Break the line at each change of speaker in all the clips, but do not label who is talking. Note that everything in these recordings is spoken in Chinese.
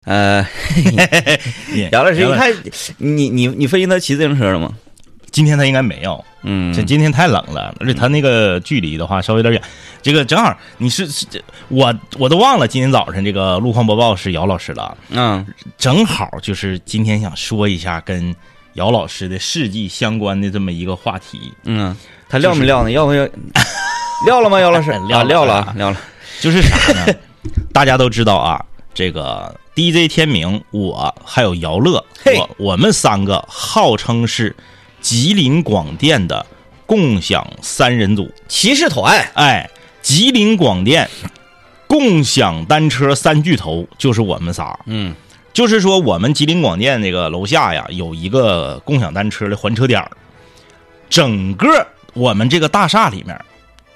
呃，
姚
姚老师，你看你你你飞行他骑自行车了吗？
今天他应该没有，
嗯
这今天太冷了，而且他那个距离的话稍微有点远。这个正好你是是这我我都忘了今天早晨这个路况播报是姚老师了，
嗯
正好就是今天想说一下跟姚老师的事迹相关的这么一个话题，
嗯，他撂没撂呢？要不 要撂了吗？姚老师
撂了
啊撂了啊撂了。
就是啥 呢？大家都知道啊，这个 DJ 天明，我还有姚乐，
嘿
我我们三个号称是吉林广电的共享三人组。
骑士团，
哎，吉林广电共享单车三巨头就是我们仨。
嗯
就是说，我们吉林广电那个楼下呀，有一个共享单车的还车点儿。整个我们这个大厦里面，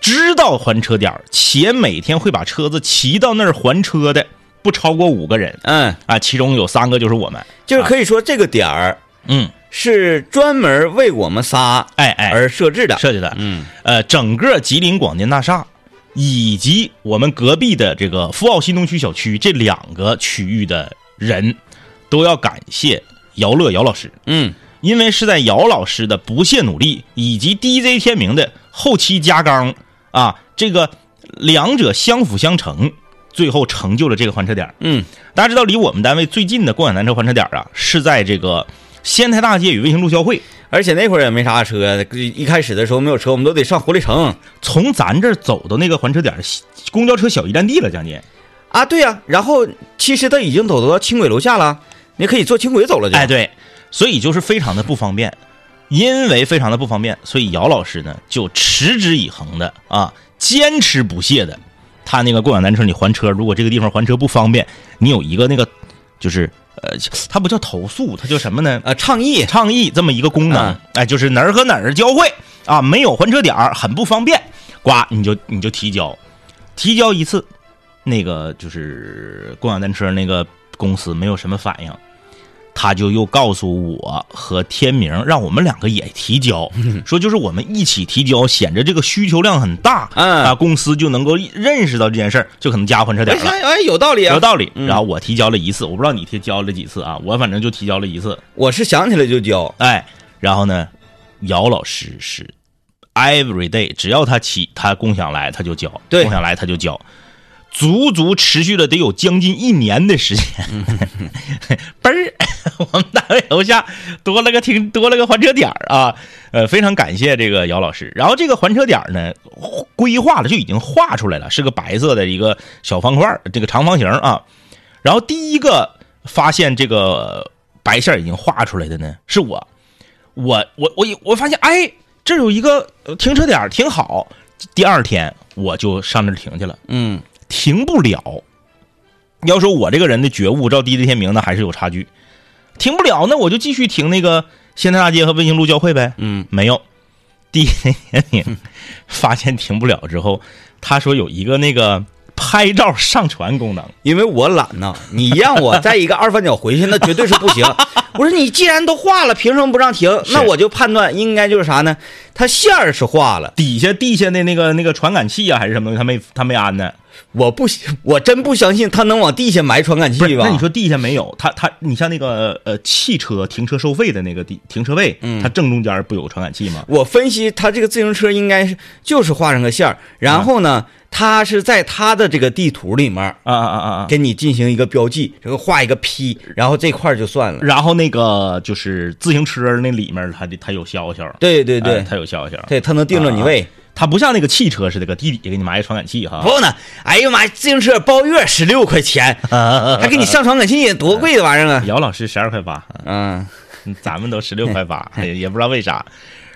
知道还车点儿且每天会把车子骑到那儿还车的，不超过五个人
嗯，
啊，其中有三个就是我们。
就是可以说这个点儿
嗯，
是专门为我们仨
哎哎，
而设置的。
设计的。
嗯
呃，整个吉林广电大厦以及我们隔壁的这个富奥新东区小区这两个区域的人，都要感谢姚乐姚老师，
嗯
因为是在姚老师的不懈努力以及 DJ 天明的后期加刚啊，这个两者相辅相成，最后成就了这个还车点儿。
嗯
大家知道，离我们单位最近的共享单车还车点儿啊，是在这个仙台大街与卫星路交汇。
而且那会儿也没啥车，一开始的时候没有车，我们都得上活力城
从咱这儿走到那个还车点儿，公交车小一站地了，将近。
啊。对呀、然后其实他已经走到轻轨楼下了，你可以坐轻轨走了就。
哎，对，所以就是非常的不方便，因为非常的不方便，所以姚老师呢就持之以恒的啊，坚持不懈的，他那个共享单车你还车，如果这个地方还车不方便，你有一个那个就是呃，它不叫投诉，它叫什么呢？
啊，倡议
倡议这么一个功能，
嗯
哎，就是哪儿和哪儿交汇啊，没有还车点儿，很不方便，呱，你就你就提交，提交一次，那个就是共享单车那个公司没有什么反应，他就又告诉我和天明，让我们两个也提交，
嗯
说就是我们一起提交，显着这个需求量很大，
嗯
啊，公司就能够认识到这件事儿，就可能加还车点
哎
儿了。
哎，有道理啊
有。道理，
嗯
然后我提交了一次，我不知道你提交了几次啊，我反正就提交了一次，
我是想起来就交，
哎，然后呢，姚老师是 every day，只要他起他共享来他就交，
对
共享来他就交，足足持续了得有将近一年的时间，嘣儿，我们单位楼下多了个停，多了个还车点儿啊，呃，非常感谢这个姚老师。然后这个还车点儿呢，规划了就已经画出来了，是个白色的一个小方块儿，这个长方形啊。然后第一个发现这个白线儿已经画出来的呢，是我，我我我一我发现，哎，这儿有一个呃停车点儿挺好。第二天我就上那儿停去了，
嗯，
停不了。要说我这个人的觉悟，照 DJ 天明呢还是有差距。停不了，那我就继续停那个仙台大街和卫星路交汇呗。
嗯，
没有。DJ 天明发现停不了之后，他说有一个那个拍照上传功能。
因为我懒呐，你让我再一个二翻脚回去，那绝对是不行。 我说你既然都画了，凭什么不让停？
是
那我就判断应该就是啥呢？它线儿是画了，
底下地下的那个那个传感器啊，还是什么东西，他没他没安呢。
我不信，我真不相信它能往地下埋传感
不是，
器吧？
那你说地下没有？他他，你像那个呃汽车停车收费的那个地停车位，
嗯
它正中间不有传感器吗？
我分析它这个自行车应该是就是画上个线儿，然后呢，它是在它的这个地图里面
啊啊啊啊！
嗯给你进行一个标记，然后画一个 P，然后这块儿就算了。
然后那个就是自行车那里面，它的它有消消，
对对
哎啊
对，
它有消消，
对，它能定着你位。
它不像那个汽车似的，搁地底下给你埋一传感器哈。
不呢，哎呀妈呀，自行车包月十六块 钱，
啊
还给你上传感器，多贵的玩意儿啊！
姚老师十二块八，
嗯，
咱们都十六块八，哎也也不知道为啥。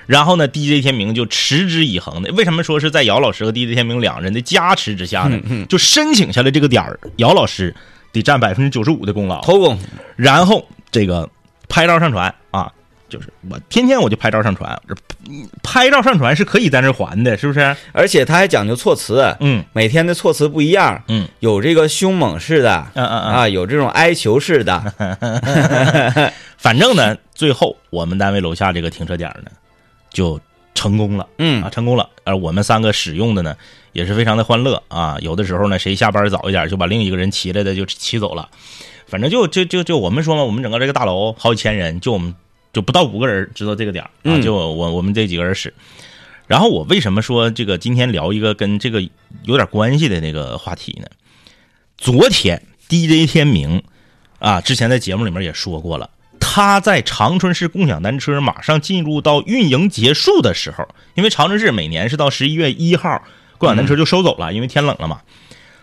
然后呢，DJ 天明就持之以恒的，为什么说是在姚老师和 DJ 天明两人的加持之下呢？就申请下来这个点儿，姚老师得占百分之九十五的功劳。
头功，
然后这个拍照上传啊，就是我天天我就拍照上传，这嗯拍照上传是可以在那儿还的，是不是？
而且他还讲究措辞，
嗯
每天的措辞不一样，
嗯，
有这个凶猛式的，
嗯嗯嗯
啊，有这种哀求式的，
反正呢，最后我们单位楼下这个停车点呢，就成功了。啊，
嗯，
成功了。而我们三个使用的呢，也是非常的欢乐啊。有的时候呢，谁下班早一点，就把另一个人骑来的就骑走了。反正就就就就我们说嘛，我们整个这个大楼好几千人，就我们就不到五个人知道这个点儿啊，
嗯
就我我们这几个人使。然后我为什么说这个今天聊一个跟这个有点关系的那个话题呢？昨天 DJ 天明啊，之前在节目里面也说过了，他在长春市共享单车马上进入到运营结束的时候，因为长春市每年是到十一月一号，共享单车就收走了，因为天冷了嘛。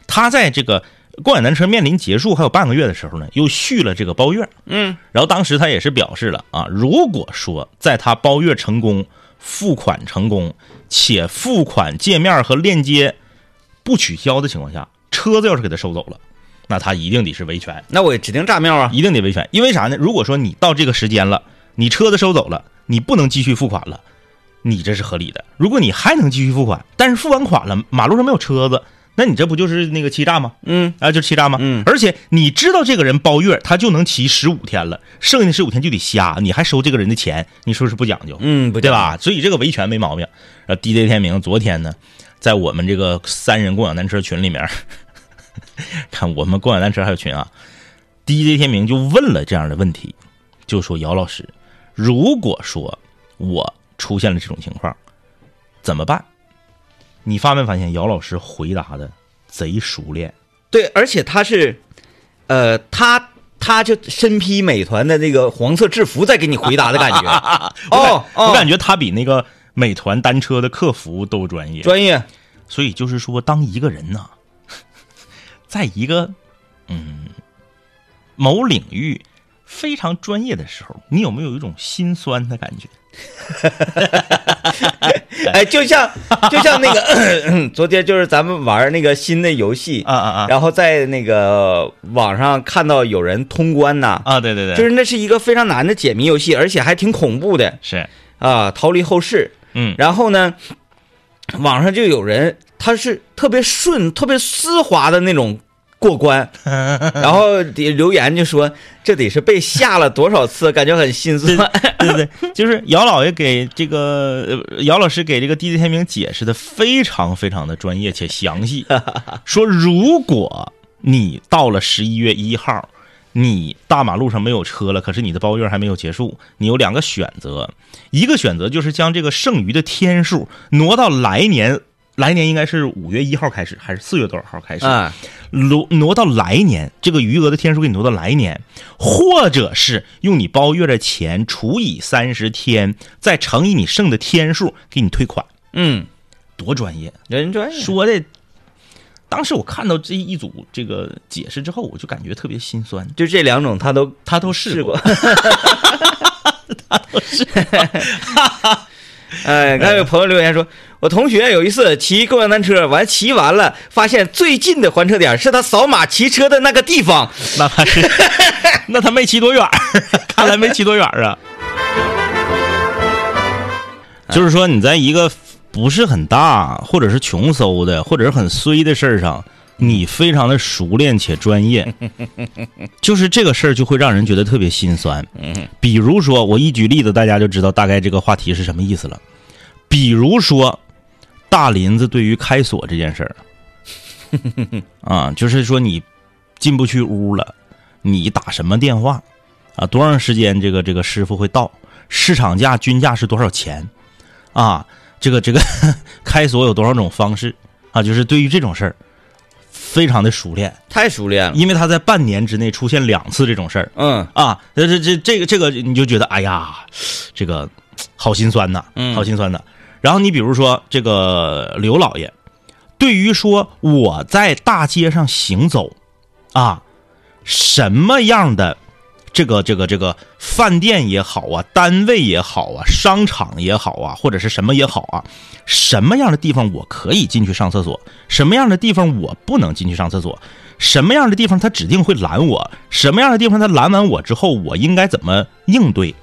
他在这个共享单车面临结束还有半个月的时候呢，又续了这个包月。
嗯，
然后当时他也是表示了啊，如果说在他包月成功、付款成功，且付款界面和链接不取消的情况下，车子要是给他收走了，那他一定得是维权，
那我也指定炸庙啊。
一定得维权。因为啥呢？如果说你到这个时间了，你车子收走了，你不能继续付款了，你这是合理的。如果你还能继续付款，但是付完款了，马路上没有车子，那你这不就是那个欺诈吗？
嗯，
啊，就是欺诈吗？
嗯
而且你知道这个人包月，他就能骑十五天了，剩下的十五天就得瞎，你还收这个人的钱，你说是不讲究，
嗯，不
对？吧？所以这个维权没毛病。然后 DJ 天明昨天呢，在我们这个三人共享单车群里面， 看我们共享单车还有群啊，DJ 天明就问了这样的问题，就说姚老师，如果说我出现了这种情况，怎么办？你发没发现姚老师回答的贼熟练？
对，而且他是，呃，他他就身披美团的那个黄色制服在给你回答的感 觉，哦
我
哦，
感觉他比那个美团单车的客服都专业。
专业，
所以就是说，当一个人呢， 在一个嗯某领域非常专业的时候，你有没有一种心酸的感觉？
哎，就像就像那个嗯昨天就是咱们玩那个新的游戏
啊啊啊
然后在那个网上看到有人通关呐，
啊！对对对，
就是那是一个非常难的解谜游戏，而且还挺恐怖的
是
啊，逃离后世。
嗯
然后呢，网上就有人他是特别顺、特别丝滑的那种过 关，然后底留言就说这得是被吓了多少次，感觉很心酸。
对对对，就是姚老爷给这个呃姚老师给这个 DJ 天明解释的非常非常的专业且详细，说如果你到了十一月一号，你大马路上没有车了，可是你的包月还没有结束，你有两个选择，一个选择就是将这个剩余的天数挪到来年。来年应该是五月一号开始，还是四月多少号开始？
啊，
挪挪到来年，这个余额的天数给你挪到来年，或者是用你包月的钱除以三十天，再乘以你剩的天数给你退款，
嗯，
多专业！
人专业
说的，当时我看到这一组这个解释之后，我就感觉特别心酸。
就这两种他都
他都试
试
过，
过。他都是， 哎，刚才有朋友留言说，我同学有一次骑共享单车，完骑完了，发现最近的还车点是他扫码骑车的那个地方。
那他是，那他没骑多远儿，啊看来没骑多远儿啊。就是说，你在一个不是很大，或者是穷搜的，或者是很衰的事儿上，你非常的熟练且专 业，就是这个事儿就会让人觉得特别心酸。比如说，我一举例子，大家就知道大概这个话题是什么意思了。比如说，大林子对于开锁这件事 儿，啊，就是说你进不去屋了，你打什么电话啊？多长时间这个这个师傅会到？市场价均价是多少钱？啊，这个这 个开锁有多少种方式啊？就是对于这种事儿，非常的熟练，
太熟练了，
因为他在半年之内出现两次这种事儿
嗯，
啊。这这这这个这个你就觉得哎呀，这个好心酸呐，
嗯
好心酸呐。然后你比如说这个刘老爷，对于说我在大街上行走啊，什么样的这个这个这个饭店也好啊，单位也好啊，商场也好啊，或者是什么也好啊，什么样的地方我可以进去上厕所，什么样的地方我不能进去上厕所，什么样的地方他指定会拦我，什么样的地方他拦完我之后，我应该怎么应对，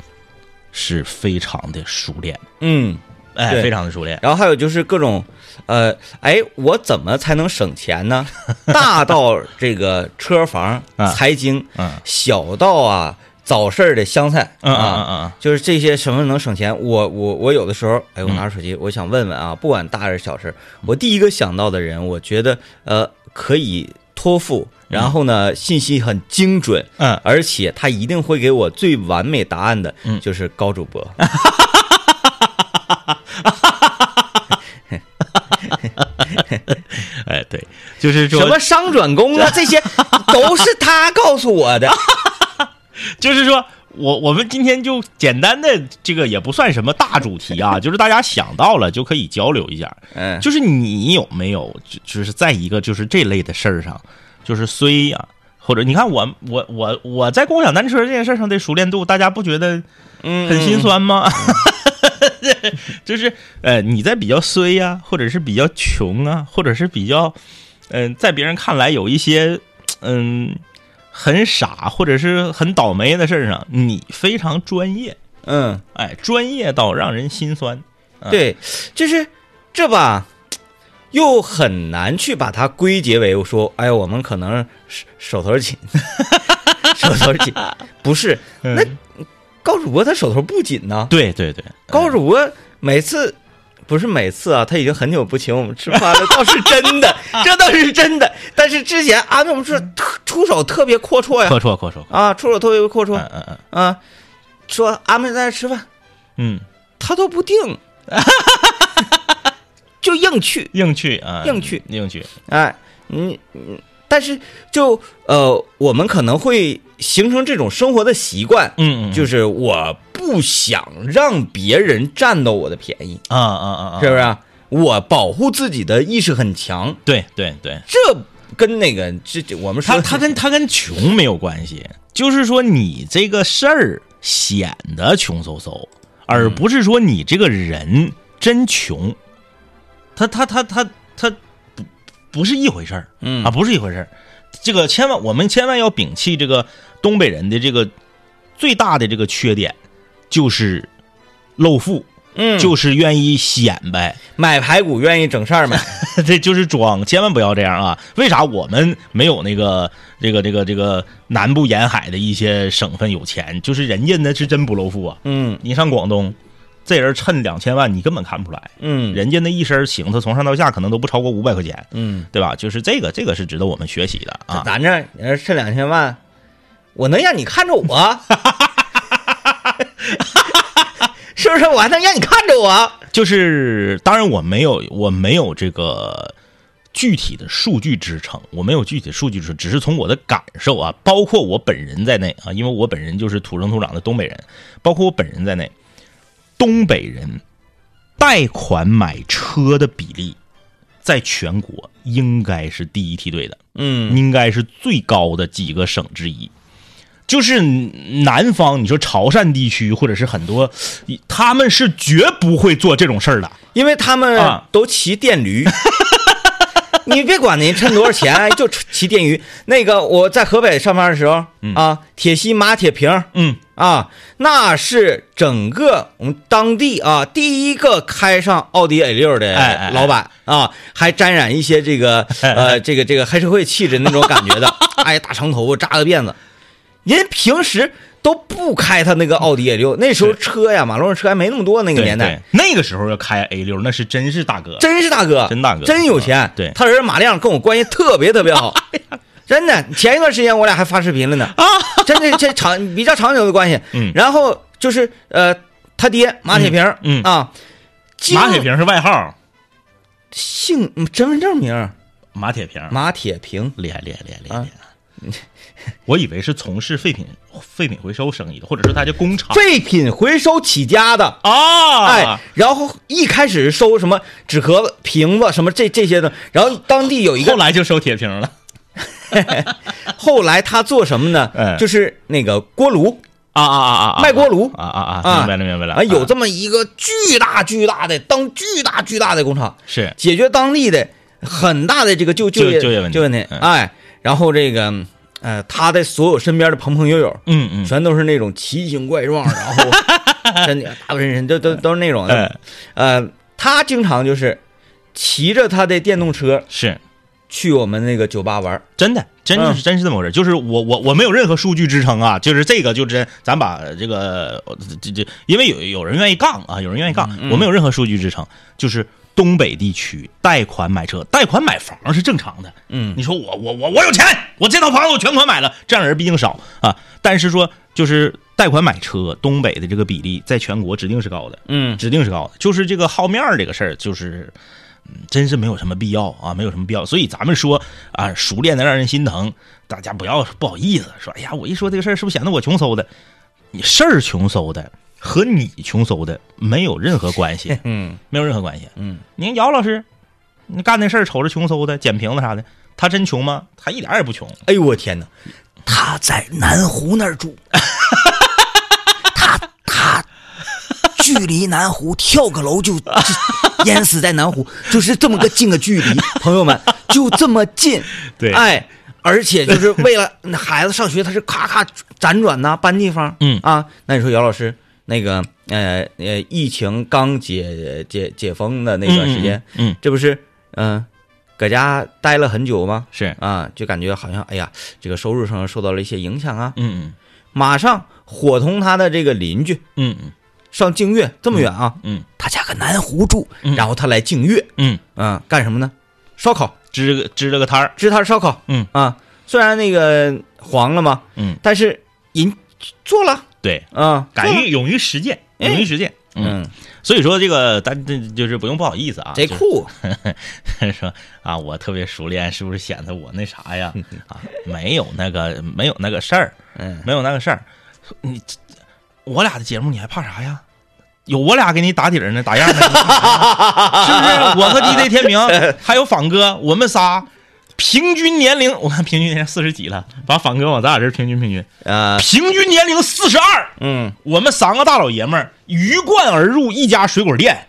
是非常的熟练，
嗯，
哎，
对
非常的熟练。
然后还有就是各种，呃，哎，我怎么才能省钱呢？大到这个车房
啊、
财经，
嗯
小到啊早市儿的香菜
嗯
啊
嗯，嗯
就是这些什么能省钱？我我我有的时候，哎，我拿着手机，我想问问啊，不管大事小事，我第一个想到的人，我觉得呃可以托付，然后呢，信息很精准，
嗯
而且他一定会给我最完美答案的，就是高主 播。
哎，对，就是说
什么商转工 啊，这些都是他告诉我的。
就是说我我们今天就简单的这个也不算什么大主题 啊，就是大家想到了就可以交流一下。
嗯，
就是你有没有就就是在一个就是这类的事儿上，就是虽呀、或者你看我我我我在共享单车这件事上的熟练度，大家不觉得 很心酸吗？ 就是呃，你在比较衰呀、或者是比较穷啊，或者是比较嗯、在别人看来有一些嗯很傻或者是很倒霉的事儿上，你非常专业，
嗯，
哎，专业到让人心酸。
对，就是这吧，又很难去把它归结为我说，哎呀，我们可能手手头儿紧， 手头儿紧，不是那哎
嗯
高主播他手头儿不紧呢，
对对对，
高主播每次。不是每次啊，他已经很久不请我们吃饭了，倒是真的，这倒是真的。但是之前安排我们是特出手特别阔绰呀，
阔绰阔绰，
啊，出手特别阔
嗯
绰
嗯嗯
啊，说安排在这吃饭，
嗯，
他都不定，就硬去。
硬去啊，
硬去
硬去，
哎，你你，但是就呃，我们可能会形成这种生活的习惯，
嗯嗯，
就是是我不想让别人占到我的便宜，
啊啊啊啊，
是不是啊？我保护自己的意识很强，
对对对，
这跟那个这这我们说
他他跟他跟穷没有关系，就是说你这个事儿显得穷嗖嗖，而
嗯
不是说你这个人真穷。他他他他他不不是一回事儿，
嗯
啊，不是一回事儿。这个千万我们千万要摒弃这个东北人的这个最大的这个缺点，就是露富，
嗯，
就是愿意显摆。
买排骨愿意整扇儿买，
这就是装，千万不要这样啊！为啥我们没有那个这个这个这个南部沿海的一些省份有钱？就是人家那是真不露富啊！
嗯
你上广东，这人趁两千万，你根本看不出来，
嗯
人家那一身行头从上到下可能都不超过五百块钱，
嗯，
对吧？就是这个，这个是值得我们学习的啊！
咱这你说趁两千万，我能让你看着 我？ 是不是？我还能让你看着我？
就是当然我没有我没有这个具体的数据支撑，我没有具体数据支撑，只是从我的感受啊，包括我本人在内啊，因为我本人就是土生土长的东北人，包括我本人在内，东北人贷款买车的比例。在全国应该是第一梯队的，
嗯
应该是最高的几个省之一。就是南方，你说潮汕地区或者是很多，他们是绝不会做这种事儿的。
因为他们
啊
都骑电 驴。你别管你趁多少钱，哎就骑电驴。那个我在河北上班的时候、啊，铁西马铁平
嗯，
啊，那是整个我们当地啊第一个开上奥迪 A 六
哎哎
的老板啊，还沾染一些这 个呃这个这个黑社会气质那种感觉的，哎，大长头发扎个辫子，人平时都不开他那个奥迪 A 六，那时候车呀马路上车还没那么多那个
对
年代
对，，那个时候要开 A 六，那是真是大哥。
真是大哥，
真大哥
真有钱。
对哎
他儿子马亮跟我关系特别特别 好，真的。前一段时间我俩还发视频了呢，啊，真的这长比较长久的关系。
嗯
然后就是呃，他爹马铁平，
嗯嗯
啊，经
马铁平是外号，
姓嗯身份证名
马啊铁平，
马铁平，
厉害厉害厉害厉害厉害！ 我以为是从事废品废品回收生意的，或者说他的工厂
废品回收起家的。
啊，
哎，然后一开始收什么纸盒子、瓶子什么这这些的，然后当地有一个
后来就收铁瓶了。
后来他做什么
哎
呢？就是那个锅炉，
啊啊啊啊！
卖锅炉
啊啊啊！
啊
明白了明白了
啊，有这么一个巨大巨大的当巨大巨大的工厂，
是
解决当地的很大的这个就
就
业
就业问题
就问题，
嗯
哎，然后这个嗯呃，他的所有身边的朋朋友友，
嗯嗯
全都是那种奇形怪状，然 后真的大不认身，都都都是那种呃
哎
的，呃，他经常就是骑着他的电动车
是
去我们那个酒吧玩儿。
真的，真的是真是这么回事。就是我我我没有任何数据支撑啊，就是这个就真，咱把这个这这，因为有有人愿意杠啊，有人愿意杠，我没有任何数据支撑。就是东北地区贷款买车、贷款买房是正常的。
嗯，
你说我我我我有钱，我这套房子我全款买了，这样人毕竟少啊。但是说就是贷款买车，东北的这个比例在全国指定是高的。
嗯，
指定是高的。就是这个好面儿这个事儿，就是、嗯真是没有什么必要啊，没有什么必要。所以咱们说啊，熟练的让人心疼，大家不要不好意思说，哎呀，我一说这个事儿是不是显得我穷嗖的？你事儿穷嗖的和你穷嗖的没有任何关系
嗯
没有任何关系。
嗯，
您姚老师，你干那事儿瞅着穷嗖的，捡瓶子啥的，他真穷吗？他一点儿也不穷。
哎呦我天哪，他在南湖那儿住，
他他距离南湖跳个楼就 就淹死在南湖，
就是这么个近个距离，朋友们就这么近。
对
哎，而且就是为了那孩子上学，他是咔咔辗转呐、搬地方。
嗯
啊，那你说姚老师那个呃呃，疫情刚解解解封的那段时间，
嗯，嗯，
这不是嗯、呃搁家待了很久吗？
是，
啊，就感觉好像哎呀，这个收入上受到了一些影响啊。
嗯
马上伙同他的这个邻居
嗯嗯
上净月，这么远啊，
嗯
他家搁南湖住，
嗯
然后他来净月，
嗯，
嗯、干什么呢？烧烤，
支个支了个摊儿，
吃他的烧烤，
嗯
啊，虽然那个黄了嘛，
嗯，
但是人做了
对，
啊，
敢
做了
于勇于实践，
哎
勇于实践。
嗯，
所以说这个咱这就是不用不好意思啊，
贼酷，
就是 说啊，我特别熟练，是不是显得我那啥呀？啊，没有那个没有那个事儿，
嗯，
没有那个事儿。你这我俩的节目你还怕啥呀？有我俩给你打底儿呢，打样呢，你怕啥呀是不是？我和 DJ 天 明还有仿哥，我们仨平均年龄，我看平均年龄四十几了，把仿哥往咱俩这儿平均平均，
啊，
平均年龄四十二。
嗯，
我们三个大老爷们儿鱼贯而入一家水果店，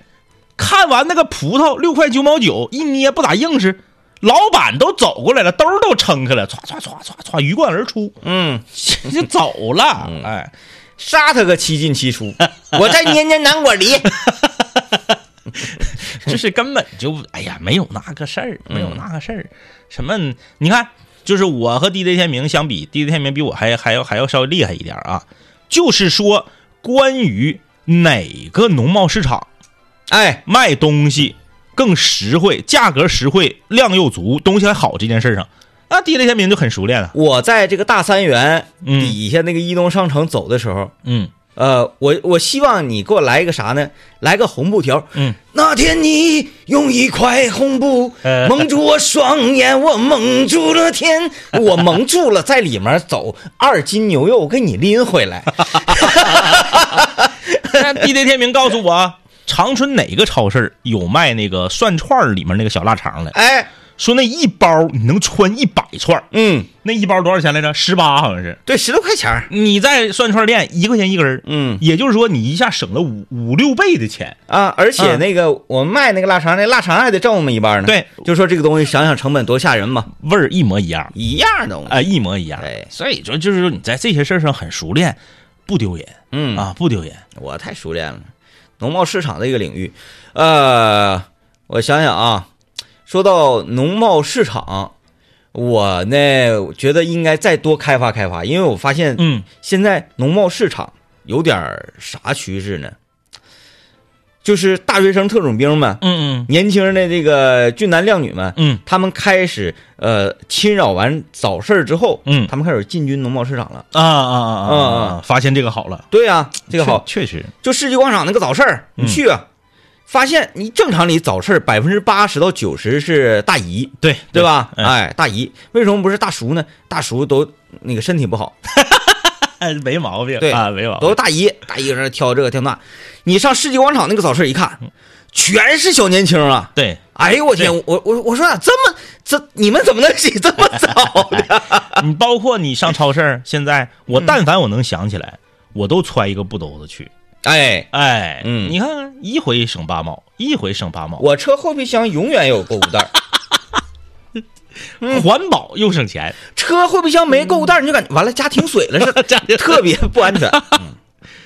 看完那个葡萄六块九毛九，一捏不打硬是，老板都走过来了，兜儿都撑开了，歘歘歘歘歘，鱼贯而出
嗯，
就走了。哎，
杀他个七进七出，我在年年南果 梨，
就是根本就哎呀，没有那个事儿，没有那个事儿。什么？你看，就是我和 DJ 天明相比，DJ 天明比我还还要还要稍微厉害一点啊。就是说，关于哪个农贸市场
哎，
卖东西更实惠，价格实惠，量又足，东西还好这件事上，那地雷天明就很熟练啊了。
我在这个大三元
嗯
底下那个一东商城走的时候，
嗯
呃，我我希望你给我来一个啥呢？来个红布条。
嗯，
那天你用一块红布
呃
蒙住我双眼，我蒙住了 天，我蒙住了，在里面走二斤牛肉给你拎回 来。
那地雷天明告诉我，啊长春哪个超市有卖那个涮串儿里面那个小腊肠的？
哎，
说那一包你能穿一百串儿，
嗯，
那一包多少钱来着？十八好像是。
对，十多块钱儿
你在涮串店一块钱一根儿，
嗯
也就是说你一下省了五五六倍的钱。
啊，而且
嗯
那个、我卖那个腊肠，那腊肠还得挣我们一半呢。
对，
就说这个东西，想想成本多吓人嘛，
味儿一模一样，
一样东西。哎
啊，一模一样。
对
所以说就是说你在这些事儿上很熟练，不丢人
嗯，
啊，不丢人。
我太熟练了，农贸市场这个领域，呃，我想想啊，说到农贸市场，我呢觉得应该再多开发开发，因为我发现
嗯
现在农贸市场有点儿啥趋势呢？就是大学生、特种兵们，
嗯
年轻的这个俊男靓女们，
嗯
他们开始呃侵扰完早市儿之后，
嗯
他们开始进军农贸市场了。
啊啊啊
啊
啊啊！发现这个好了，
对呀、嗯这个好，
确实，
就世纪广场那个早市儿，你去啊，发现你正常里早市百分之八十到九十是大姨，
对
对？吧？
哎
哎，大姨为什么不是大叔呢？大叔都那个身体不好，
哎，没毛病，
对
啊，没毛
都
病
是，大姨，大姨搁那挑这个挑那。你上世纪广场那个早市一看，全是小年轻啊！
对。
哎呦我天，我我我说咋、这么这你们怎么能起 这么早呢？
你包括你上超市儿，现
嗯
在我但凡我能想起来，我都揣一个布兜子去。
哎，
哎，
嗯
你看看，一回省八毛，一回省八毛，
我车后备箱永远有购物袋 儿，
环保又省钱。
车后备箱没购物袋儿你就感觉完了 家停水了似的，特别不安全。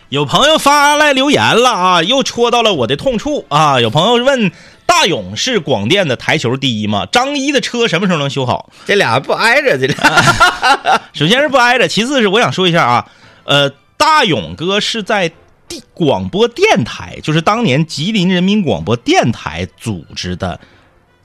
有朋友发来留言了啊，又戳到了我的痛处啊！有朋友问大勇是广电的台球第一嘛，张一的车什么时候能修好？
这俩不挨着，这俩
首先是不挨着，其次是我想说一下啊，呃，大勇哥是在地广播电台，就是当年吉林人民广播电台组织的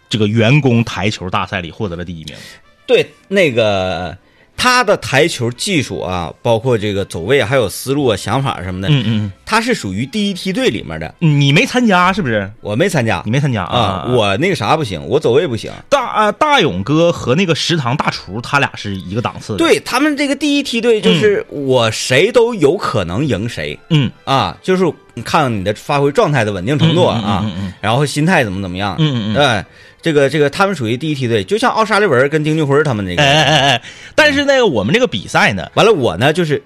这个员工台球大赛里获得了第一名。
对那个他的台球技术啊，包括这个走位还有思路啊、想法什么的，
嗯
他是属于第一梯队里面的。
嗯，你没参加是不是？
我没参加
你没参加
啊，
我
我那个啥不行，我走位不行。
大啊大勇哥和那个食堂大厨他俩是嗯一个档次的。，
对他们这个第一梯队，就是我谁都有可能赢谁
嗯，
啊，就是看你的发挥状态的稳定程度啊
嗯嗯嗯嗯嗯，
然后心态怎么怎么样，
嗯嗯嗯
对，这个这个他们属于第一梯队，就像奥沙利文跟丁俊晖他们那
哎
个。
哎哎哎，但是那个我们这个比赛呢，
完了，我呢就是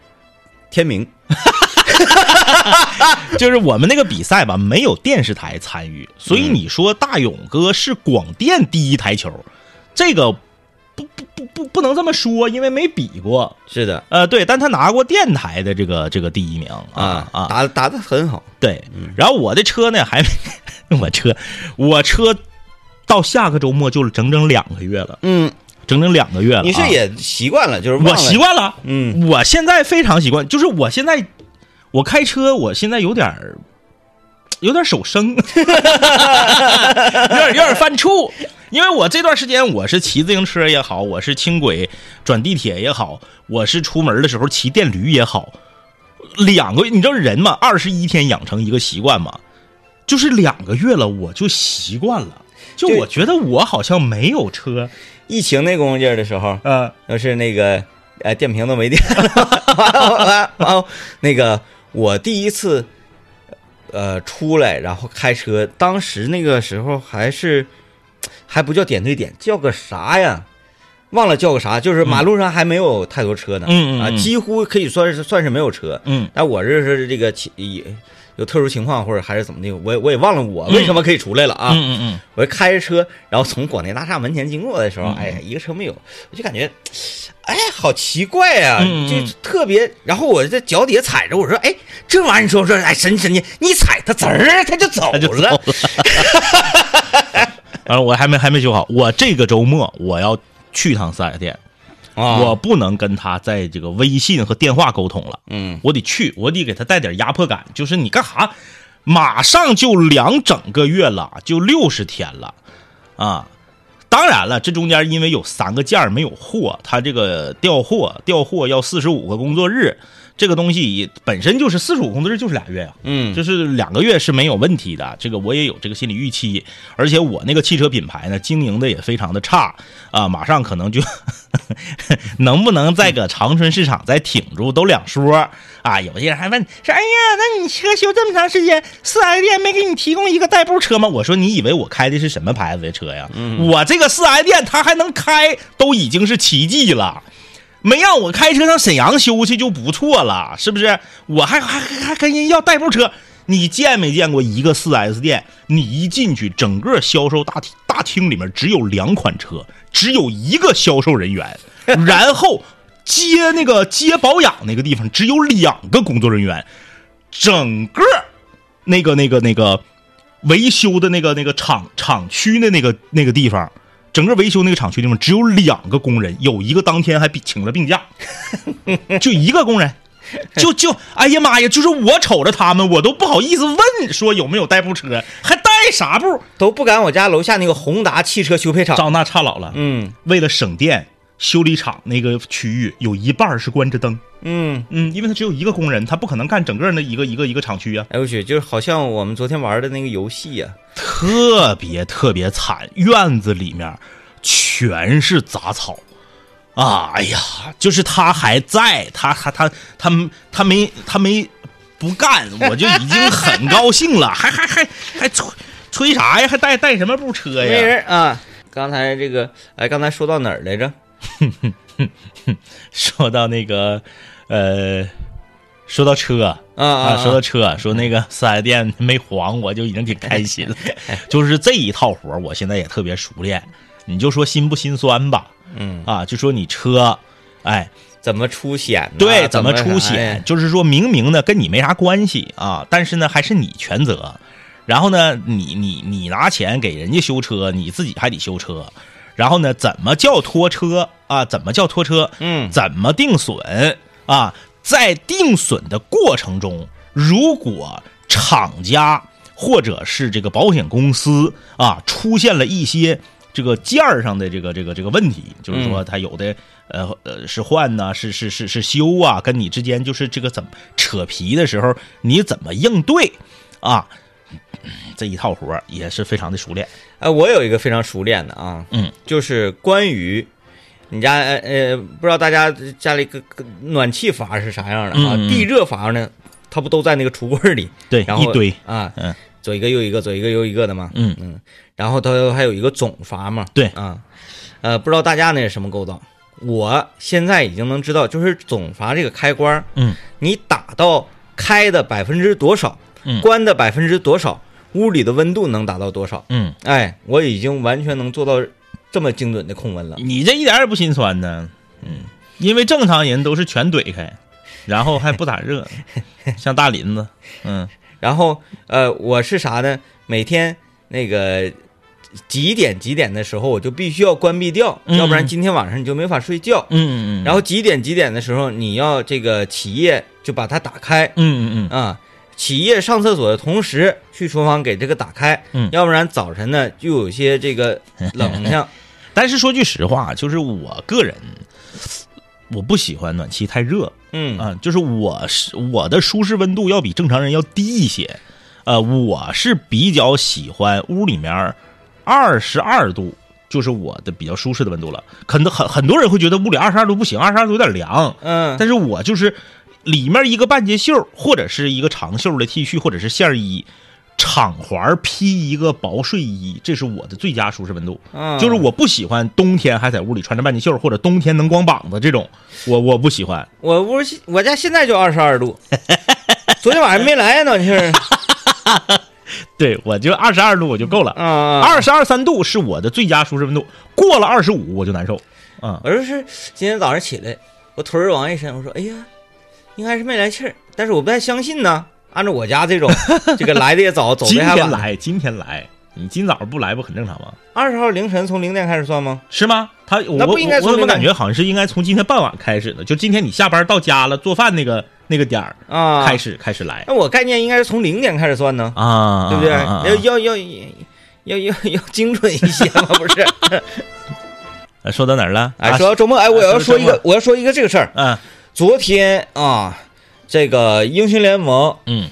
天明，
就是我们那个比赛吧，没有电视台参与，所
嗯
以你说大勇哥是广电第一台球，这个不不不不不能这么说，因为没比过。
是的
呃，对，但他拿过电台的这个这个第一名啊啊，
打打的很好，
对。
嗯
然后我的车呢，还没 我车，我车到下个周末就整整两个月了，
嗯，
整整两个月了、啊。
你是也习惯了，就是忘了
我习，惯了，
嗯
我现在非常习惯，就是我现在我开车，我现在有点儿有点儿手生， 有点儿有点儿犯怵，因为我这段时间我是骑自行车也好，我是轻轨转地铁也好，我是出门的时候骑电驴也好，两个月，你知道人嘛，二十一天养成一个习惯嘛，就是两个月了，我就习惯了。就
对
我觉得我好像没有车，
疫情那功夫劲儿的时候，
呃，
就是那个呃电瓶都没电了， 完了完了完了，那个我第一次呃出来，然后开车，当时那个时候还是还不叫点对点，叫个啥呀？忘了叫个啥，就是马路上还没有太多车呢，
嗯嗯嗯嗯
啊，几乎可以算是算是没有车，
嗯，
但我这是这个情也有特殊情况或者还是怎么的，我也我也忘了我为什么可以出来了啊。
嗯嗯嗯，
我就开着车，然后从广电大厦门前经过的时候，
嗯
哎呀，一个车没有，我就感觉，哎，好奇怪呀、
嗯嗯
就特别。然后我在脚底下踩着，我说，哎，这玩意儿，你说说，哎，神神奇，你踩它滋儿，啊它就走
他就走
了
了。完了，我还没还没修好。我这个周末我要去趟四 S 店，
啊
我不能跟他在这个微信和电话沟通了，
嗯，
我得去，我得给他带点压迫感。就是你干哈，马上就两整个月了，就六十天了，啊。当然了，这中间因为有三个件儿没有货，他这个调货调货要四十五个工作日，这个东西本身就是四十五工作日就是俩月呀、
嗯
就是两个月是没有问题的，这个我也有这个心理预期，而且我那个汽车品牌呢，经营的也非常的差啊，马上可能就 能不能再搁长春市场再挺住都两说啊。有些人还问说，哎呀，那你车修这么长时间，四 S 店没给你提供一个代步车吗？我说你以为我开的是什么牌子的车呀？我这个四 S 店它还能开，都已经是奇迹了。没让我开车上沈阳修去就不错了，是不是？我还还还还跟人要代步车，你见没见过一个 4S 店？你一进去，整个销售大厅大厅里面只有两款车，只有一个销售人员，然后接那个接保养那个地方只有两个工作人员，整个那个那个那个维修的那个那个厂厂区的那个那个地方，整个维修那个厂区地方只有两个工人，有一个当天还比请了病假， 就一个工人。就就，哎呀妈呀！就是我瞅着他们，我都不好意思问，说有没有代步车，还带啥步？
都不敢我家楼下那个宏达汽车修配厂。
张那差老了。
嗯
为了省电，修理厂那个区域有一半儿是关着灯。
嗯，
嗯，因为他只有一个工人，他不可能干整个那一个一个一个厂区啊。
哎我去，就是好像我们昨天玩的那个游戏呀、
特别特别惨，院子里面全是杂草。啊，哎呀，就是他还在，他他他他他没他没不干，我就已经很高兴了，还还还还吹吹啥呀？还带带什么部车
没
哎呀？
人啊。刚才这个，哎，刚才说到哪儿来着？
说到那个，呃，说到车，
啊啊
啊，说到车，说那个四 S 店没黄我，就已经挺开 心了。就是这一套活儿，我现在也特别熟练。你就说心不心酸吧，
嗯
啊，就说你车，哎，
怎么出险呢？
对，
啊怎哎
怎么
啥
出
呀
险？？就是说明明呢跟你没啥关系啊，但是呢还是你全责。然后呢，你你你拿钱给人家修车，你自己还得修车。然后呢，怎么叫拖车啊？怎么叫拖车？
嗯
怎么定损啊？在定损的过程中，如果厂家或者是这个保险公司啊出现了一些这个件儿上的这个这个这个问题，就是说他有的呃呃是换呐、是是是是修啊，跟你之间就是这个怎么扯皮的时候，你怎么应对啊？这一套活儿也是非常的熟练。
哎，我有一个非常熟练的啊，
嗯，
就是关于你家呃呃，不知道大家家里个个暖气阀是啥样的啊？
嗯嗯
地热阀呢，它不都在那个橱柜里？
对，
然后
一堆，
啊，
嗯
左一个右一个，左一个右一个的嘛。
嗯
嗯，然后它还有一个总阀嘛。
对
啊，呃，不知道大家那是什么构造？我现在已经能知道，就是总阀这个开关儿，
嗯
你打到开的百分之多少，
嗯
关的百分之多少，屋里的温度能达到多少？
嗯，
哎，我已经完全能做到这么精准的控温了。
你这一点儿也不心酸呢，嗯，因为正常人都是全怼开，然后还不咋 热，像大林子，嗯
然后呃，我是啥呢？每天那个几点几点的时候，我就必须要关闭掉，
嗯
要不然今天晚上你就没法睡觉。
嗯嗯，
然
后
后几点几点的时候，你要这个起夜就把它打开
嗯嗯
啊。起夜上厕所的同时，去厨房给这个打开，
嗯
要不然早晨呢就有些这个冷 象。
嗯，但是说句实话，就是我个人。我不喜欢暖气太热
嗯
啊、就是我是我的舒适温度要比正常人要低一些，呃，我是比较喜欢屋里面二十二度，就是我的比较舒适的温度了。可能很很多人会觉得屋里二十二度不行，二十二度有点凉，
嗯
但是我就是里面一个半截袖儿，或者是一个长袖儿的 T 恤，或者是线儿衣，敞怀儿披一个薄睡衣，这是我的最佳舒适温度。
嗯，
就是我不喜欢冬天还在屋里穿着半截袖儿，或者冬天能光膀子这种，我我不喜欢。
我屋现我家现在就二十二度，昨天晚上没来呀，暖气儿
对我就二十二度我就够了，
啊。
二十二三度是我的最佳舒适温度，过了二十五我就难受。嗯，
我就是今天早上起来，我腿儿往一伸，我说：“哎呀，应该是没来气儿。”但是我不太相信呢。按照我家这 种，这个来的也早，走
今
的还
天
晚，
来，今天来，你今早不来不很正常吗？
二十号凌晨从零点开始算吗？
是吗？他我
那不应该
我
从
我怎么
那个
感觉好像是应该从今天傍晚开始的？就今天你下班到家了，做饭那个那个点儿
啊，
开。始、开始来
那我概念应该是从零点开始算呢，
啊，
对不对？哎
啊啊啊
要要要要要要精准一些 嘛，不是？
呃说到哪儿了？
哎，
啊
说到周末，哎，我
啊
要说
说到
一
周末
个，我要说一个这个事儿。
嗯
昨天啊，这个英雄联盟，
嗯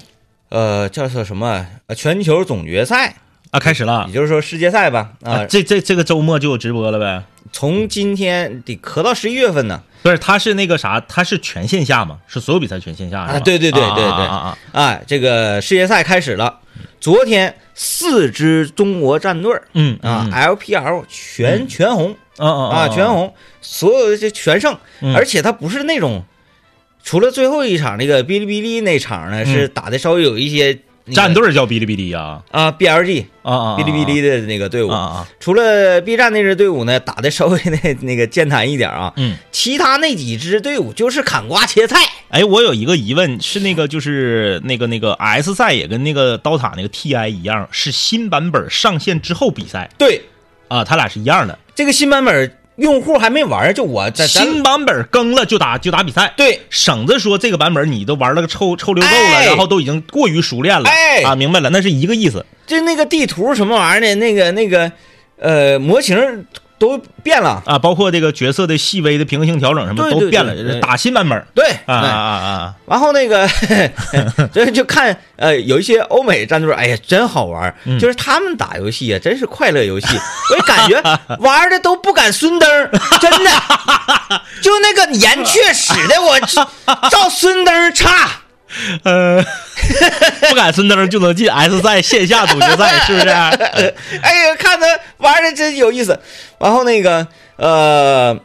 呃，叫做什么？呃，全球总决赛，
啊，开始了
也。就是说世界赛吧。啊
啊，，这这这个周末就有直播了呗？
从今天得咳到十一月份呢。
不是，他是那个啥，他是全线下嘛，是所有比赛全线下是吧
啊对对对对
啊
对
啊啊！
哎，这个世界赛开始了，昨天四支中国战队儿
嗯
啊
嗯
，LPL 全全红
嗯嗯
啊，全
红，
红，所有的这全胜，
嗯
而且他不是那种，除了最后一场那个哔哩哔哩那场呢，是打的稍微有一些那个
嗯战队儿叫哔哩哔哩呀
啊，BLG
啊啊！
哔哩哔哩的那个队伍
啊，啊，
除了 B 站那支队伍呢，打的稍微那那个健谈一点啊，
嗯。
其他那几支队伍就是砍瓜切菜。
哎，我有一个疑问，是那个就是那个那个 S 赛也跟那个刀塔那个 TI 一样，是新版本上线之后比赛
对，
啊，它俩是一样的。
这个新版本用户还没玩儿，就我在咱
新版本更了就打就打比赛。
对
省子说这个版本你都玩了个臭臭溜够了，
哎
然后都已经过于熟练了、
哎
啊，明白了，那是一个意思。
就那个地图什么玩意儿的，那个那个呃模型都变了。
啊，包括这个角色的细微的平衡性调整什么
对
都
对
变了，
对对
打新版本儿
对
啊啊
哎
啊啊！
然后那个， 所以就看呃，有一些欧美战队，哎呀，真好玩儿，
嗯
就是他们打游戏啊，真是快乐游戏，我就感 觉玩儿的都不敢孙登儿，真 的，就那个盐确使的我照孙登儿差，
呃， 不敢孙登就能进 S 赛线下总决赛，是不是？呃
哎呀，看他玩的真有意思。然后那个呃，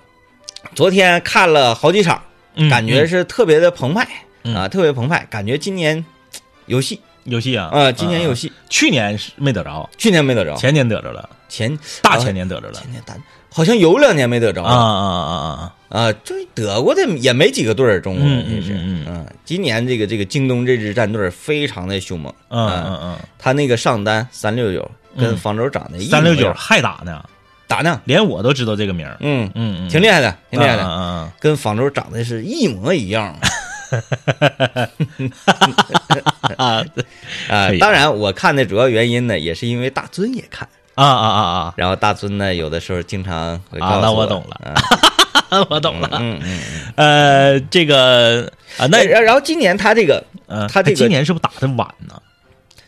昨天看了好几场，
嗯
感觉是特别的澎湃、
嗯
啊，特别澎湃，感觉今年嘖有戏
游戏啊，
啊、今年有戏，
戏。
哦
去年是没得着，
去年没得着，
前年得着了，
前啊
大前年得着了
前年大好像有两年没得着
啊啊啊啊！啊！
啊，就是德国的也没几个队儿，中国
嗯嗯
也是，啊
嗯嗯
今年这个这个京东这支战队儿非常的凶猛，
嗯
啊
嗯
他那个上单三六九跟
嗯
方舟长得
嗯，
一
三六
模一
九
样
还打呢，
打呢，
连我都知道这个名儿。
嗯，
嗯嗯，
挺厉害的，挺厉害的，
嗯
跟方舟长得是一模一样啊
嗯嗯嗯
啊、
可以
当然，我看的主要原因呢，也是因为大尊也看，
啊啊啊
然后大尊呢有的时候经常会告诉
啊那
我
我懂了
啊
啊！我懂了。
嗯 嗯，嗯
呃，这个啊，那
那然然后今年他这个
嗯，
哎他这个
今年是不是打的晚呢？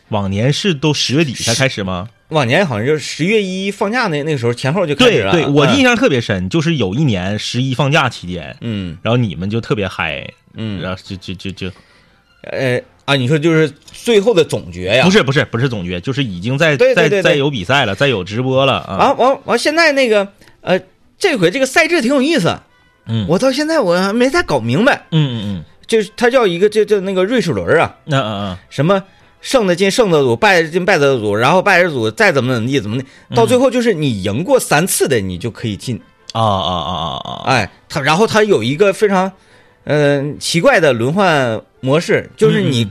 往年是都十月底才开始吗？
往年好像就是十月一放假那那个时候前后就开始
对
了，
对，我
嗯
印象特别深，就是有一年十一放假期间，
嗯
然后你们就特别嗨，
嗯
然后就就就就
呃啊，你说就是最后的总决哎呀？
不是不是不是总决，就是已经在
对对
在
对对
在有比赛了，在有直播了啊。
完完完，现在那个呃，这回这个赛制挺有意思，
嗯
我到现在我还没太搞明白，
嗯嗯嗯，
就是它叫一个这这那个瑞士轮啊，
那嗯
什么胜的进胜的组，败的进败的组，然后败的组再怎么怎么地怎么的，到最后就是你赢过三次的你就可以进，
嗯啊啊啊啊啊！
哎，它然后它有一个非常嗯、呃奇怪的轮换模式，就是你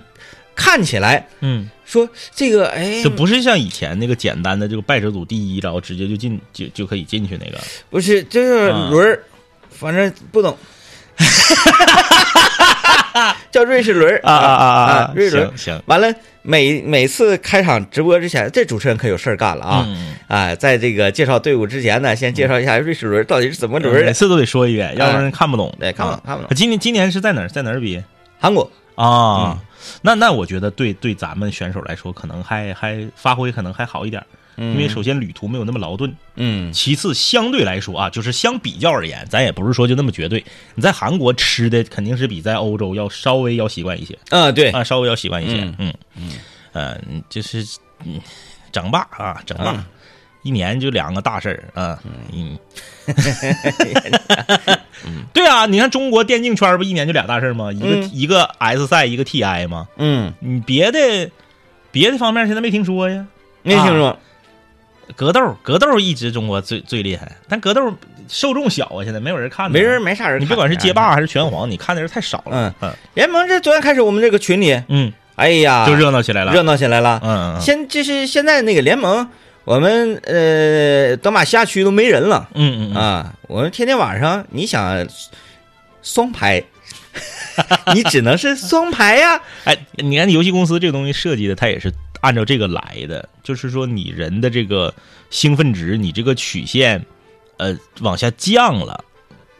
看起来
嗯，
说这个哎
就不是像以前那个简单的这个败者组第一，然后直接就进就就可以进去那个。
不是，就是
啊
轮儿，反正不 懂，叫瑞士轮儿
啊啊啊
啊！瑞士轮儿
行。行
完了，每每次开场直播之前，这主持人可有事儿干了啊！
嗯，
哎，在这个介绍队伍之前呢，先介绍一下瑞士轮儿到底是怎么轮儿
嗯每
的。
次都得说一遍，要不然看不懂。啊
对，哎看不懂，看不懂。
今年今年是在哪儿，在哪儿比
韩国，
啊？那那我觉得对对咱们选手来说，可能还还发挥可能还好一点，因
因
为首先旅途没有那么劳顿，
嗯
其次相对来说啊，就是相比较而言，咱也不是说就那么绝对。你在韩国吃的肯定是比在欧洲要稍微要习惯一些
啊，对，
啊，稍微要习惯一些。
嗯
嗯嗯呃，就是嗯，整吧啊，整吧。
嗯
一年就两个大事儿啊，嗯， 对啊，你看中国电竞圈不一年就俩大事儿吗？一个、
嗯
一个 S 赛，一个 TI 吗？
嗯，
你别的别的方面现在没听说呀。
没
啊
听说，
格斗，格斗一直中国最最厉害，但格斗受众小啊，现在没有人看呢，
没人没啥人看。啊
你别管是街霸还是拳皇，你看的人太少了。
嗯联盟，这昨天开始我们这个群里，
嗯
哎呀，
嗯，就热闹起来了。
热闹起来了。
嗯，嗯嗯
现就是现在那个联盟，我们呃德玛西亚区都没人了
嗯嗯嗯
啊！我们天天晚上你想双排， 你只能是双排呀、
哎，你看游戏公司这个东西设计的，它也是按照这个来的，就是说你人的这个兴奋值，你这个曲线，呃，往下降了，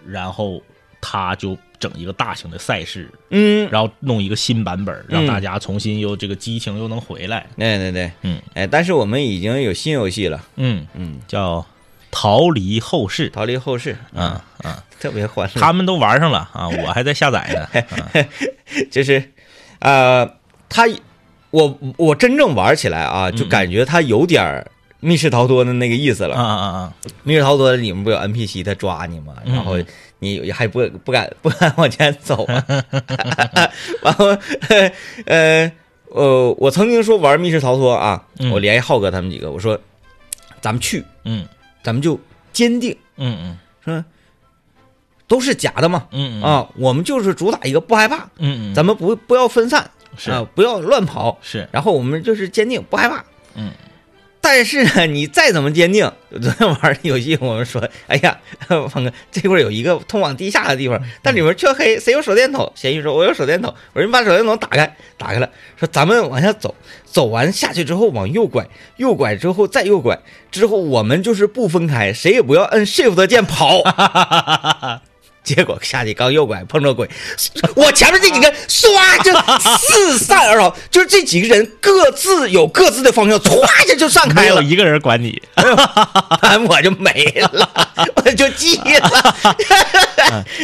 然后它就整一个大型的赛事，
嗯，
然后弄一个新版本，让
嗯
大家重新又这个激情又能回来。
对对对，
嗯，
哎，但是我们已经有新游戏了，
嗯，
嗯，
叫逃离后世。
逃离后世，
啊啊！
特别欢乐。
他们都玩上了啊，我还在下载呢。啊
就是，呃，他我我真正玩起来啊，
嗯
就感觉他有点儿密室逃脱的那个意思了
啊啊啊！
密室逃脱里面不有 NPC 他抓你吗？
嗯
然后你还不不敢 不敢往前走 啊。 然后呃呃，我曾经说玩密室逃脱啊，
嗯
我联系浩哥他们几个，我说咱们去，
嗯
咱们就坚定
嗯嗯
说都是假的嘛
嗯嗯
啊，我们就是主打一个不害怕，
嗯嗯，
咱们不不要分散
是
啊，不要乱跑，
是
然后我们就是坚定不害怕。
嗯，
但是呢，你再怎么坚定， 昨天玩儿游戏，我们说，哎呀， 王哥，这块儿有一个通往地下的地
嗯
方，但里面却黑，谁有手电筒？咸鱼说，我有手电筒。我说你把手电筒打开，打开了，说咱们往下走，走完下去之后往右拐，右拐之后再右拐，之后我们就是不分开，谁也不要摁 shift 键跑。 结果下去刚右拐碰着鬼，我前面这几个人唰就四散而逃，就是这几个人各自有各自的方向，唰一下就散
没
开
有
了，
一个人管你。
完我就没了， 我就记 了。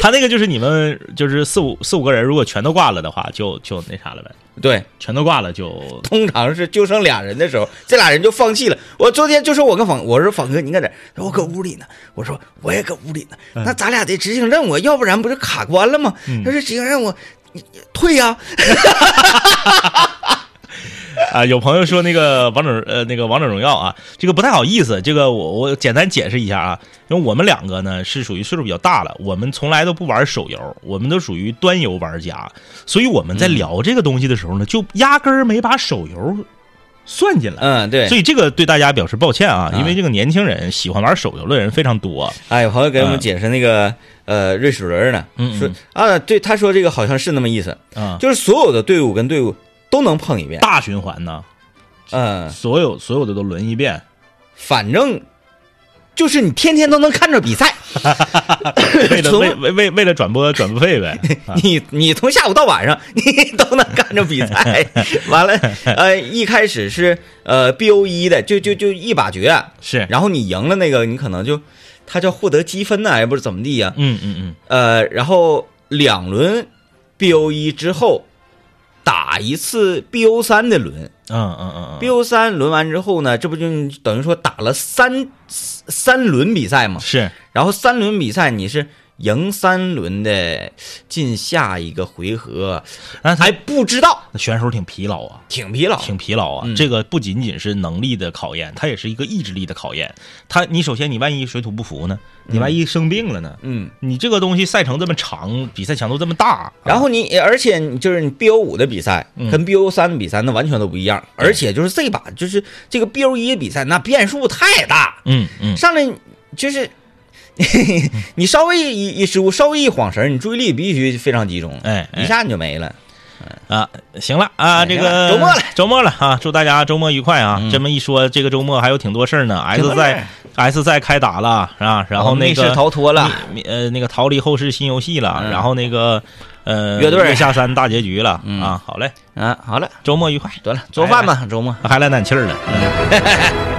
他那个就是你们就是四五四五个人，如果全都挂了的话，就就那啥了呗，
对，
全都挂了就
通常是就剩俩人的时候，这俩人就放弃了。我昨天就说我跟仿，我说仿哥你搁哪儿？他说我搁屋里呢。我说我也搁屋里呢。那咱俩得执行任务，啊要不然不就卡嗯关了吗？他说执行任务，你你退呀、
啊，有朋友说那个王者呃那个王者荣耀啊，这个不太好意思，这个我我简单解释一下啊，因为我们两个呢是属于岁数比较大了，我们从来都不玩手游，我们都属于端游玩家，所以我们
嗯
在聊这个东西的时候呢，就压根儿没把手游算进来。
嗯，对
所。以这个对大家表示抱歉啊，
啊
因为这个年轻人喜欢玩手游的人非常多。
啊，有朋友给我们
嗯
解释那个呃瑞士轮呢，
嗯嗯
说啊，对，他说这个好像是那么意思，
啊，
就是所有的队伍跟队伍都能碰一遍。
大循环呢，
嗯，
所有所有的都轮一遍。
反正就是你天天都能看着比赛，
为了
从
为为为为了转播转播 费呗。啊
你你从下午到晚上你 都能看着比赛。完了，呃，一开始是呃 BO 一的，就就就一把决，
是，
然后你赢了那个，你可能就他叫获得积分呢，也不是怎么地呀、
嗯嗯嗯，
呃，然后两轮 BO 一之后打一次 BO 三的轮
嗯嗯嗯嗯，
，BO 三轮完之后呢，这不就等于说打了三三轮比赛嘛？
是，
然后三轮比赛你是赢三轮的，进下一个回合
但是
还不知道，
他选手挺疲劳啊。
挺疲劳。
挺疲劳啊！
嗯
这个不仅仅是能力的考验，它也是一个意志力的考验。它，你首先你万一水土不服呢？你万一生病了呢？
嗯，
你这个东西赛程这么长，比赛强度这么大，
然后你而且你就是你 BO 五的比赛
嗯
跟 BO 三的比赛那完全都不一样，而且就是这把就是这个 BO 一的比赛那变数太大，
嗯嗯，
上来就是。 你稍微一一失误，稍微一晃神儿，你注意力必须非常集中，
哎哎
一下你就没了。
啊，行了啊，
哎行了
这个
周末了，
周末了啊！祝大家周末愉快啊！
嗯
这么一说，这个周末还有挺多事儿呢。
挺多事
S
儿
赛 S 赛开打了是吧？然
我
后
们
那
密室
个
逃脱了，
你呃那个逃离后世新游戏了，
嗯
然后那个呃
乐队嗯儿
月下山大结局了、啊，好嘞，
啊，好了，
周末愉快，
哎得了，做饭吧，周末。
还来暖气儿呢。嗯